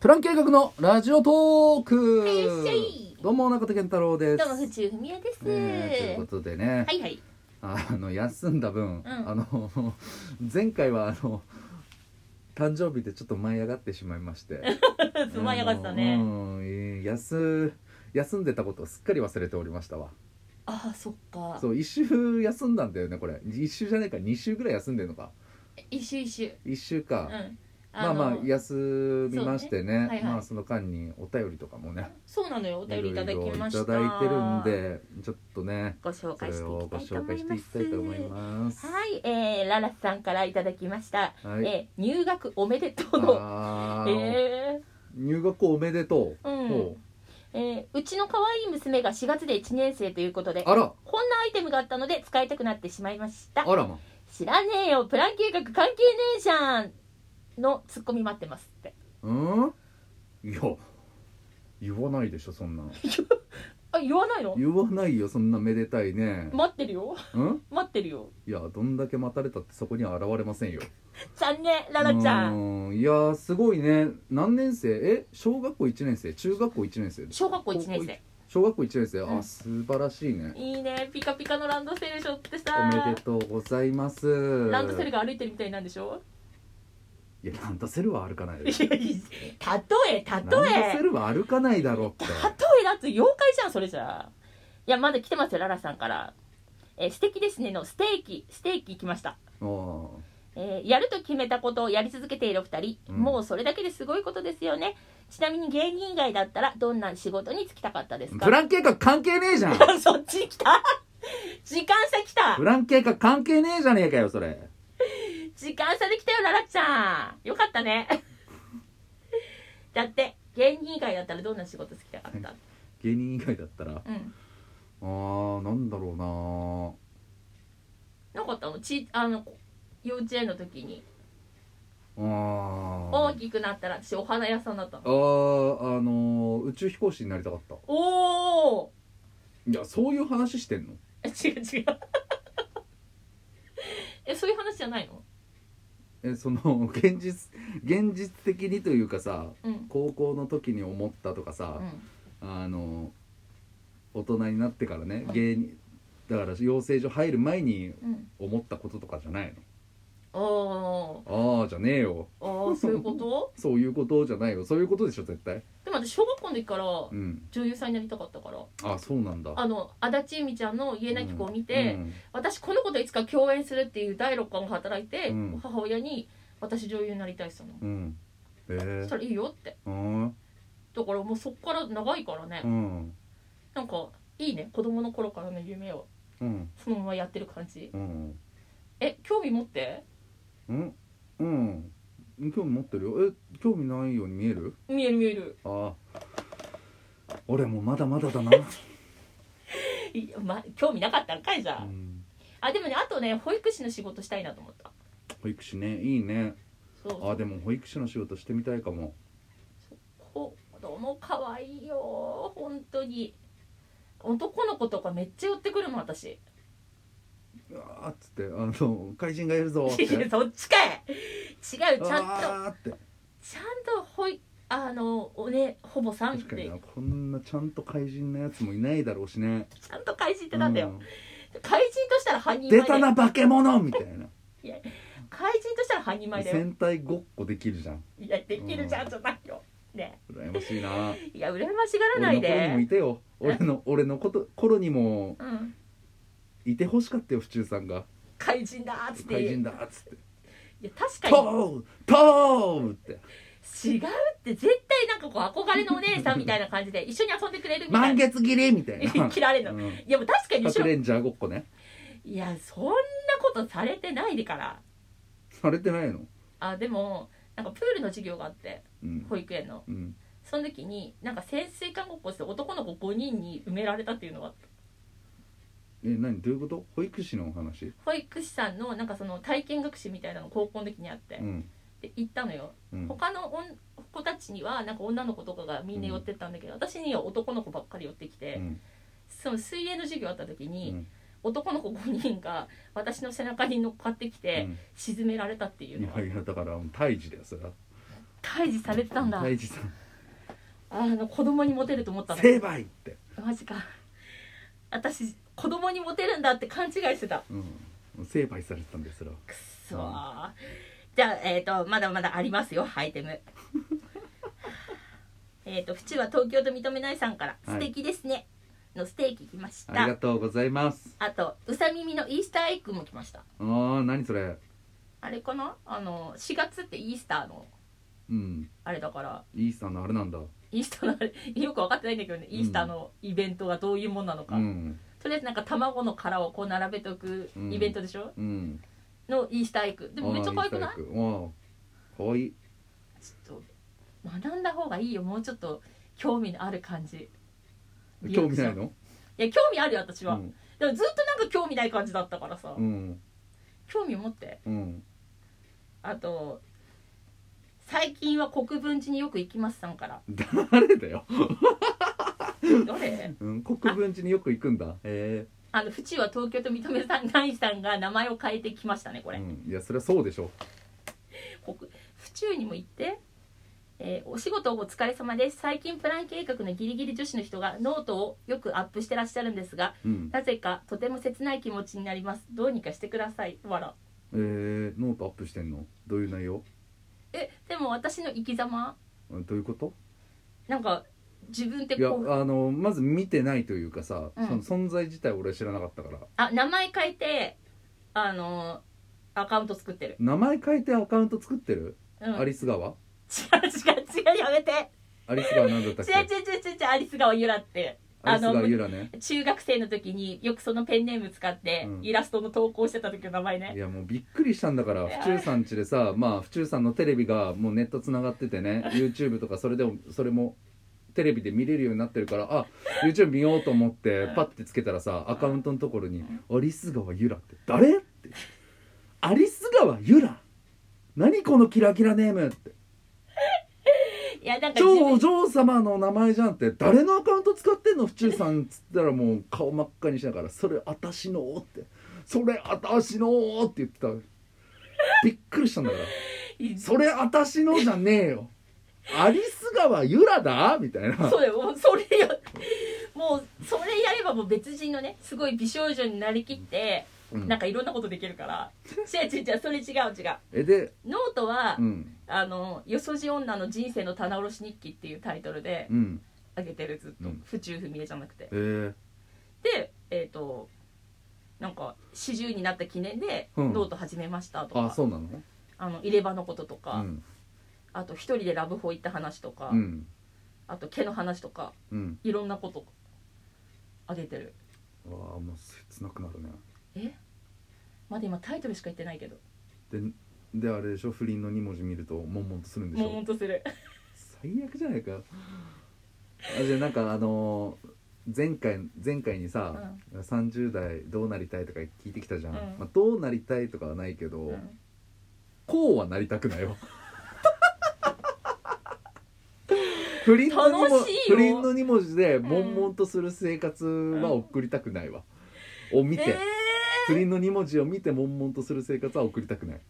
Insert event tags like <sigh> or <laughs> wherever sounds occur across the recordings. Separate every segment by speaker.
Speaker 1: プラン計画のラジオトーク
Speaker 2: いらっしゃい
Speaker 1: どうも中田健太郎です
Speaker 2: どうも府中文也です、
Speaker 1: ねえということでね、
Speaker 2: はい <laughs> はい
Speaker 1: あの休んだ分、
Speaker 2: ん
Speaker 1: あの <laughs> 前回はあの誕生日でちょっと舞い上がってしまいまして
Speaker 2: <laughs> つまやがった
Speaker 1: あ
Speaker 2: ね
Speaker 1: のうん休休んでたことをすっかり忘れておりましたわ
Speaker 2: ああそっか
Speaker 1: そう一週休んだんだよねこれ一週じゃないか二週ぐらい休んでるのか
Speaker 2: 一周一周
Speaker 1: 一週
Speaker 2: う
Speaker 1: か、
Speaker 2: ん
Speaker 1: まあまあ
Speaker 2: の
Speaker 1: 休みましてね
Speaker 2: そうねはいはい
Speaker 1: まあその間にお便りとかもね
Speaker 2: そうなのよお便りいただきました
Speaker 1: いろいろいただいてるんでちょっとね
Speaker 2: ご紹
Speaker 1: そ
Speaker 2: 介し
Speaker 1: れ
Speaker 2: て
Speaker 1: をご
Speaker 2: いきた
Speaker 1: 紹
Speaker 2: いと思
Speaker 1: 介
Speaker 2: い
Speaker 1: して
Speaker 2: ま
Speaker 1: いき
Speaker 2: す
Speaker 1: たいと思います
Speaker 2: はい、えー、ララスさんからいただきました、
Speaker 1: はい
Speaker 2: えー入学おめでとうの
Speaker 1: あー
Speaker 2: え
Speaker 1: 入学おめでとう
Speaker 2: ーうん
Speaker 1: ほ
Speaker 2: えーうちの可愛い娘が4月で1年生ということで
Speaker 1: うあら
Speaker 2: こんなアイテムがあったので使いたくなってしまいました
Speaker 1: あらま
Speaker 2: 知らねえよプラン計画関係ねえじゃんのツッコミ待ってますって
Speaker 1: うんいや言わないでしょそんな
Speaker 2: <laughs> あ言わないの
Speaker 1: 言わないよそんなめでたいね
Speaker 2: 待ってるよ
Speaker 1: うん
Speaker 2: 待ってるよ
Speaker 1: いやどんだけ待たれたってそこには現れませんよ
Speaker 2: 残念ララちゃん
Speaker 1: うんいやーすごいね何年生え小学校1年生中学校1年生
Speaker 2: 小学校1年生
Speaker 1: 小学校1年生
Speaker 2: う
Speaker 1: あ
Speaker 2: ん
Speaker 1: 素晴らしいね
Speaker 2: いいねピカピカのランドセルしょってさ
Speaker 1: おめでとうございます
Speaker 2: ランドセルが歩いてるみたいなんでしょ
Speaker 1: いやランドセルは歩かない
Speaker 2: い
Speaker 1: で
Speaker 2: や
Speaker 1: しょ
Speaker 2: いや例え例え
Speaker 1: ランドセルは歩かないだろうって
Speaker 2: 例えだって妖怪じゃんそれじゃいやまだ来てますよララさんから「えー素敵ですね」のステーキステーキ来ました
Speaker 1: お
Speaker 2: えーやると決めたことをやり続けているお二人、
Speaker 1: うん
Speaker 2: もうそれだけですごいことですよねちなみに芸人以外だったらどんな仕事に就きたかったです
Speaker 1: ー
Speaker 2: か
Speaker 1: プラン計画関係ねえじゃん
Speaker 2: <laughs> そっち来た時間差来た
Speaker 1: プラン計画関係ねえじゃねえかよそれ
Speaker 2: 時間差で来たよララちゃんよかったねだって芸人以外だったらどんな仕事好きたかった
Speaker 1: 芸人以外だったら
Speaker 2: うん
Speaker 1: あーなんだろうな
Speaker 2: なかったのちあの幼稚園の時に
Speaker 1: あ
Speaker 2: 大
Speaker 1: ー
Speaker 2: きくなったら私お花屋さんだったの
Speaker 1: あーあのー宇宙飛行士になりたかった
Speaker 2: おお
Speaker 1: いやそういう話してんの
Speaker 2: <laughs> 違う違うえそういう話じゃないの
Speaker 1: えその現実現実的にというかさ
Speaker 2: うん
Speaker 1: 高校の時に思ったとかさ、あの大人になってからね
Speaker 2: はい
Speaker 1: 芸人だから養成所入る前に
Speaker 2: うんうん
Speaker 1: 思ったこととかじゃない
Speaker 2: おー
Speaker 1: のああじゃねえよ
Speaker 2: あーそういう <laughs> こと
Speaker 1: そういうことじゃないよそういうことでしょ絶対
Speaker 2: でも私小学校の時から
Speaker 1: うん
Speaker 2: 女優さんになりたかったから
Speaker 1: ああそうなんだ
Speaker 2: あの足立由美ちゃんの「言えない気候」を見て、
Speaker 1: うん
Speaker 2: 私この子といつか共演するっていう第六感が働いて、
Speaker 1: うん
Speaker 2: 母親に「私女優になりたい」っすの、
Speaker 1: うんへ
Speaker 2: そ
Speaker 1: え
Speaker 2: したら「いいよ」って
Speaker 1: うん
Speaker 2: だからもうそっから長いからね、
Speaker 1: うん
Speaker 2: なんかいいね子供の頃からの夢を
Speaker 1: うん
Speaker 2: そのままやってる感じ
Speaker 1: うん
Speaker 2: え興味持って
Speaker 1: うんうん興味持ってるよえ興味ないように見える
Speaker 2: 見える見える
Speaker 1: ああ俺もまだまだだな、
Speaker 2: いやま、興味なかったんかいじゃ、
Speaker 1: うんん、
Speaker 2: あでもねあとね保育士の仕事したいなと思った
Speaker 1: 保育士ねいいね
Speaker 2: そう
Speaker 1: ああでも保育士の仕事してみたいかも
Speaker 2: 子供可愛いよ本当に男の子とかめっちゃ寄ってくるもん私
Speaker 1: うわーっつって「あの怪人がいるぞ」っ
Speaker 2: <laughs> いや
Speaker 1: て
Speaker 2: そっちかい違う
Speaker 1: 「
Speaker 2: ちゃんと
Speaker 1: あーって
Speaker 2: ちゃんとほいあのおねほぼさんっ
Speaker 1: 確かに
Speaker 2: て
Speaker 1: なこんなちゃんと怪人のやつもいないだろうしね
Speaker 2: ちゃんと怪人ってなんだよ、
Speaker 1: うん
Speaker 2: 怪人としたら半人前
Speaker 1: 出
Speaker 2: で
Speaker 1: たな化け物みたいな
Speaker 2: 怪人としたら半人前だよ
Speaker 1: 戦隊ごっこできるじゃん
Speaker 2: いやできるじゃんじゃないよね
Speaker 1: 羨ましいない
Speaker 2: や羨ましがらな
Speaker 1: 俺の
Speaker 2: い
Speaker 1: 頃にも
Speaker 2: で
Speaker 1: いてよ俺の俺のこと頃にも
Speaker 2: うん
Speaker 1: いてほしかったよ府中さんが
Speaker 2: 怪人だーっ
Speaker 1: 「
Speaker 2: つって
Speaker 1: 怪
Speaker 2: い
Speaker 1: 人だ」っつって
Speaker 2: や確
Speaker 1: 「
Speaker 2: かに
Speaker 1: トートー!」って
Speaker 2: 違うって絶対なんかこう憧れのお姉さんみたいな感じで一緒に遊んでくれる
Speaker 1: 「
Speaker 2: みたい
Speaker 1: 満
Speaker 2: な
Speaker 1: <laughs> 月切り!」みたい
Speaker 2: <laughs>
Speaker 1: な
Speaker 2: 切られるの、
Speaker 1: うん
Speaker 2: いやもう確かに後
Speaker 1: 隠
Speaker 2: ろ
Speaker 1: レンジャーごっこね
Speaker 2: いやそんなことされてないでから
Speaker 1: されてないの
Speaker 2: あでもなんかプールの授業があって
Speaker 1: うん
Speaker 2: 保育園の
Speaker 1: うん
Speaker 2: その時になんか潜水艦ごっこして男の子5人に埋められたっていうのがあった
Speaker 1: え何どういうこと保育士のお話
Speaker 2: 保育士さんのなんかその体験学習みたいなの高校の時にあって、
Speaker 1: うん
Speaker 2: で行ったのよ
Speaker 1: うん
Speaker 2: 他の女子たちにはなんか女の子とかがみんな寄ってったんだけど、私には男の子ばっかり寄ってきて、
Speaker 1: うん
Speaker 2: その水泳の授業あった時に、
Speaker 1: うん
Speaker 2: 男の子5人が私の背中に乗っかってきて、
Speaker 1: うん
Speaker 2: 沈められたっていう
Speaker 1: い
Speaker 2: のが
Speaker 1: やいやだから胎児だよそれは
Speaker 2: 開示されてたんだ
Speaker 1: 大地さん
Speaker 2: あの子供にモテると思った
Speaker 1: 「
Speaker 2: の
Speaker 1: 成敗!」って、
Speaker 2: マジか私子供にモテるんだって勘違いしてた
Speaker 1: うん、成敗されてたんですら
Speaker 2: くっそーじゃあえっ、とまだまだありますよアイテ
Speaker 1: <laughs>
Speaker 2: ムえっと府中は東京と認めないさんから「
Speaker 1: はい
Speaker 2: 素敵ですね」のステーキ来まし
Speaker 1: あ
Speaker 2: た
Speaker 1: りがとうございます
Speaker 2: あとうさ耳のイースターエッグも来ました
Speaker 1: あー何それ
Speaker 2: あれかなあの4月ってイースターの
Speaker 1: うん
Speaker 2: あれだから
Speaker 1: イースターのあれなんだ
Speaker 2: イースターのあれよく分かってないんだけどねイースターのイベントがどういうもんなのか、
Speaker 1: うん
Speaker 2: とりあえずなんか卵の殻をこう並べとくイベントでしょ、
Speaker 1: うん
Speaker 2: のイースターエッグでもめっちゃ可愛くない
Speaker 1: あーイースターエッグうん可愛い
Speaker 2: ちょっと学んだ方がいいよもうちょっと興味のある感じリア
Speaker 1: 興
Speaker 2: ク
Speaker 1: 味
Speaker 2: ショ
Speaker 1: な
Speaker 2: ン
Speaker 1: いの
Speaker 2: いや興味あるよ私
Speaker 1: う
Speaker 2: は、
Speaker 1: ん
Speaker 2: でもずっとなんか興味ない感じだったからさ、
Speaker 1: うん
Speaker 2: 興味持って
Speaker 1: うん
Speaker 2: あと最近は国分寺によく行きますさ
Speaker 1: <laughs>
Speaker 2: んから
Speaker 1: 誰だよ、
Speaker 2: どれ
Speaker 1: うん、国分寺によく行くんだへ
Speaker 2: あの府中は東京と認めさんないさんが名前を変えてきましたねこ
Speaker 1: え
Speaker 2: れ、
Speaker 1: うん、いやそりゃそうでしょ
Speaker 2: 国府中にも行って、えーお仕事お疲れ様です最近プラン計画のギリギリ女子の人がノートをよくアップしてらっしゃるんですが
Speaker 1: うん
Speaker 2: なぜかとても切ない気持ちになりますどうにかしてください笑
Speaker 1: えー、ノートアップしてんのどういう内容
Speaker 2: えでも私の生き様
Speaker 1: うんどういうこと
Speaker 2: なんか自分って
Speaker 1: いや
Speaker 2: こう
Speaker 1: あのまず見てないというかさ、
Speaker 2: うん
Speaker 1: その存在自体俺は知らなかったから
Speaker 2: あ名前変えてあのーアカウント作ってる、
Speaker 1: 名前変えてアカウント作ってる、
Speaker 2: うん、違う
Speaker 1: ア
Speaker 2: 違う違
Speaker 1: リス川
Speaker 2: うやめて
Speaker 1: アリス川なんだったっ
Speaker 2: 違う違
Speaker 1: け
Speaker 2: う違う違うアリス川ゆらって
Speaker 1: アリス
Speaker 2: あ
Speaker 1: 川
Speaker 2: の
Speaker 1: ゆらね
Speaker 2: 中学生の時によくそのペンネーム使って
Speaker 1: うん
Speaker 2: イラストの投稿してた時の名前ね
Speaker 1: い、やもうびっくりしたんだから
Speaker 2: いや
Speaker 1: 府中さん家でさまあ府中さんのテレビがもうネットつながってて
Speaker 2: <laughs>
Speaker 1: ね YouTube とかそれでもそれもテレビで見れるようになってるからあ YouTube 見ようと思ってパッてつけたらさアカウントのところに「アリス川ゆら」って「誰?」って「アリス川ゆら何このキラキラネーム」って
Speaker 2: いやな
Speaker 1: 「
Speaker 2: んか
Speaker 1: 超
Speaker 2: 自分
Speaker 1: お嬢様の名前じゃん」って「誰のアカウント使ってんの府中さん」っつったらもう顔真っ赤にしながら「それ私の」って「それ私の」って言ってたびっくりしたんだから。それ私のじゃねえよアリス川ゆらだみたいな
Speaker 2: そうだよ <laughs> もうそれやもうそれやればもう別人のねすごい美少女になりきって、
Speaker 1: うん
Speaker 2: なんかいろんなことできるから違う違う違うそれ違う違う
Speaker 1: えで
Speaker 2: ノートは、
Speaker 1: うん
Speaker 2: あの「よそじ女の人生の棚卸し日記」っていうタイトルで
Speaker 1: うん
Speaker 2: あげてるずっと、
Speaker 1: うん
Speaker 2: 府中文江じゃなくて
Speaker 1: えー、
Speaker 2: でえっ、となんか四十になった記念で
Speaker 1: うん
Speaker 2: ノート始めましたとか、
Speaker 1: あそうなの
Speaker 2: あの入れ歯のことと
Speaker 1: う
Speaker 2: か、
Speaker 1: ん
Speaker 2: あと一人でラブホ行った話とか、
Speaker 1: うん
Speaker 2: あと毛の話とか
Speaker 1: うん
Speaker 2: いろんなことあげてる
Speaker 1: わあもう切なくなるね
Speaker 2: えまだ今タイトルしか言ってないけど
Speaker 1: でであれでしょ不倫の2文字見ると悶々とするんでし
Speaker 2: 悶
Speaker 1: ょ
Speaker 2: 々とする
Speaker 1: 最悪じゃないかあじゃあなんかあのー前回前回にさ、30代どうなりたいとか聞いてきたじゃん、
Speaker 2: うん
Speaker 1: まあ、どうなりたいとかはないけど、
Speaker 2: うん
Speaker 1: こうはなりたくないわ <laughs> 不倫の二文
Speaker 2: 楽しい
Speaker 1: 不
Speaker 2: よ
Speaker 1: 倫の2文字で
Speaker 2: ん
Speaker 1: 悶々とする生活は送りたくないわ、を見て、
Speaker 2: え
Speaker 1: 不倫の2文字を見て悶々とする生活は送りたくない、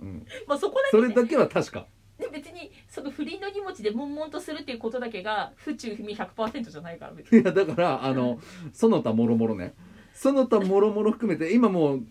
Speaker 1: うん、
Speaker 2: ーまあ、そこだ
Speaker 1: そ
Speaker 2: け、
Speaker 1: れ
Speaker 2: ね、
Speaker 1: だけは確か
Speaker 2: で別にその不倫の荷物で悶々とするっていうことだけが府中不眠100%じゃないから別
Speaker 1: <laughs> い
Speaker 2: に
Speaker 1: やだからあのその他もろもろねその他もろもろ含めて今もう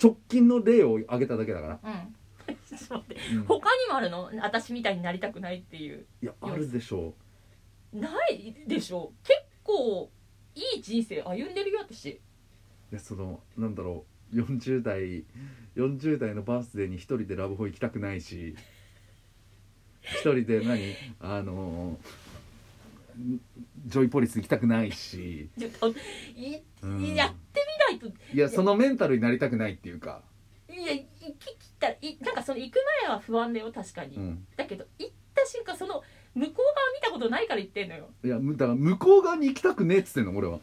Speaker 1: 直近の例を挙げただけだから、
Speaker 2: うん <laughs> ちょっと待って
Speaker 1: うん
Speaker 2: 他にもあるの私みたいになりたくないっていう
Speaker 1: いやあるでしょ
Speaker 2: ないでしょ結構いい人生歩んでるよ私
Speaker 1: ういやそのなんだろう40代40代のバースデーに一人でラブホ行きたくないし一人で何あのんジョイポリス行きたくないし、
Speaker 2: ちょっとい
Speaker 1: うん
Speaker 2: やってみないと
Speaker 1: いやそのメンタルになりたくないっていうか、
Speaker 2: いや行ききったらいなんかその行く前は不安だよ確かに、
Speaker 1: うん、
Speaker 2: だけど行った瞬間その向こう側見たことないから言ってんのよ
Speaker 1: いやむだから向こう側に行きたくねえっつってんの俺は。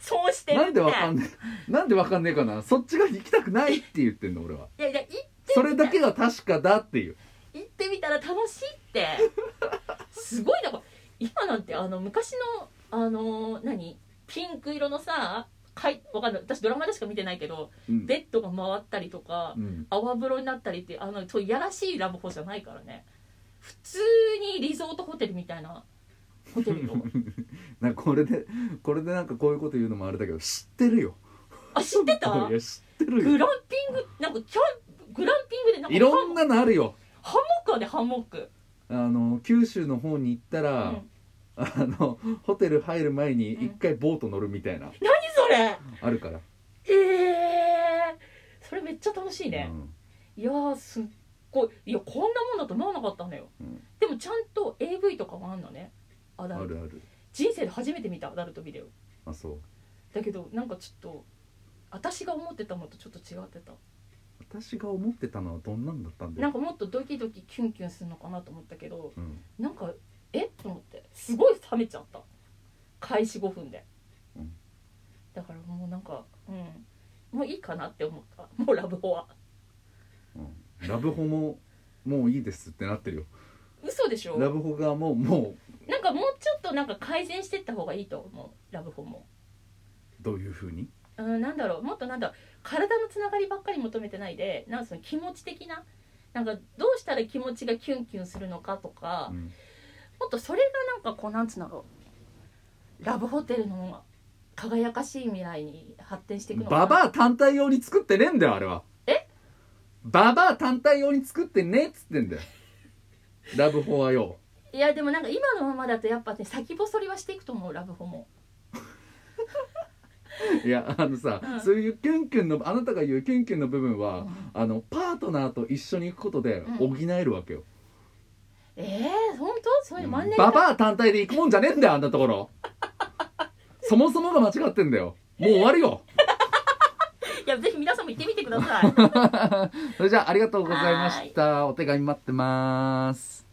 Speaker 2: そうしてるって
Speaker 1: なんでわかんねえ <laughs> なんでわかんねえかなそっちが行きたくないって言ってんの
Speaker 2: <laughs>
Speaker 1: 俺はい
Speaker 2: やいや行って
Speaker 1: それだけが確かだっていう
Speaker 2: 行ってみたら楽しいってすごいなんか今なんてあの昔のあの何ピンク色のさかいわかんない私ドラマでしか見てないけど
Speaker 1: うん、
Speaker 2: ベッドが回ったりとか
Speaker 1: うん、
Speaker 2: 泡風呂になったりってあのそういやらしいラブホじゃないからね普通にリゾートホテルみたいなホテ
Speaker 1: <laughs>
Speaker 2: ルよ
Speaker 1: なんかこれでこれでなんかこういうこと言うのもあれだけど知ってるよ
Speaker 2: あ知ってた
Speaker 1: いや知ってる
Speaker 2: グ
Speaker 1: よ
Speaker 2: ランピングなんかキャングランピングでなんか
Speaker 1: いろんなのあるよ
Speaker 2: ハンモックはねハンモック、
Speaker 1: あの九州の方に行った
Speaker 2: うん、
Speaker 1: ら、あ
Speaker 2: 何
Speaker 1: のホテル入る前に
Speaker 2: うん
Speaker 1: 一回ボート乗るみたい
Speaker 2: <laughs>
Speaker 1: な、
Speaker 2: それ
Speaker 1: あるから
Speaker 2: ええー、それめっちゃ楽しいね
Speaker 1: う、ん
Speaker 2: いやーすっごいいやこんなもんだと思わなかったのよ、
Speaker 1: うん
Speaker 2: でもちゃんと AV とかもあんのねアダ
Speaker 1: あ
Speaker 2: ルト
Speaker 1: るある
Speaker 2: 人生で初めて見たアダルトビデオ
Speaker 1: あそう
Speaker 2: だけどなんかちょっと私が思ってたのとちょっと違ってた
Speaker 1: 私が思ってたのはどんなんだったんだ
Speaker 2: なん
Speaker 1: よ、
Speaker 2: かもっとドキドキキュンキュンするのかなと思ったけど
Speaker 1: うん
Speaker 2: なんかえっと思ってすごい冷めちゃった開始5分で、
Speaker 1: うん
Speaker 2: だからもうなんかうんもういいかなって思ったもうラブホは
Speaker 1: うん、ラブホももういいですってなってるよ
Speaker 2: 嘘でしょ
Speaker 1: ラブホがもうもう
Speaker 2: なんかもうちょっとなんか改善してった方がいいと思うラブホも
Speaker 1: どういうふうに
Speaker 2: うんなんだろうもっとなんだろう体のつながりばっかり求めてないでなんかその気持ち的ななんかどうしたら気持ちがキュンキュンするのかとか、
Speaker 1: うん
Speaker 2: もっとそれがなんかこうなんつうんだろうラブホテルの輝かしい未来に発展していくのかな
Speaker 1: ババア単体用に作ってねえんだよあれは
Speaker 2: え
Speaker 1: ババア単体用に作ってねえっつってんだよラブホはよ
Speaker 2: いやでもなんか今のままだとやっぱね先細りはしていくと思うラブホも
Speaker 1: いやあのさ、
Speaker 2: うん
Speaker 1: そういうキュンキュンのあなたが言うキュンキュンの部分は、
Speaker 2: うん
Speaker 1: あのパートナーと一緒に行くことで
Speaker 2: う
Speaker 1: 補
Speaker 2: ん
Speaker 1: えるわけよ、
Speaker 2: えー、本当そういうの真ん中
Speaker 1: ババア単体で行くもんじゃねえんだよあんなところそもそもが間違ってんだよもう終わるよ
Speaker 2: いやぜひ皆さんも行ってみてください
Speaker 1: それじゃあありがとうございましたお手紙待ってます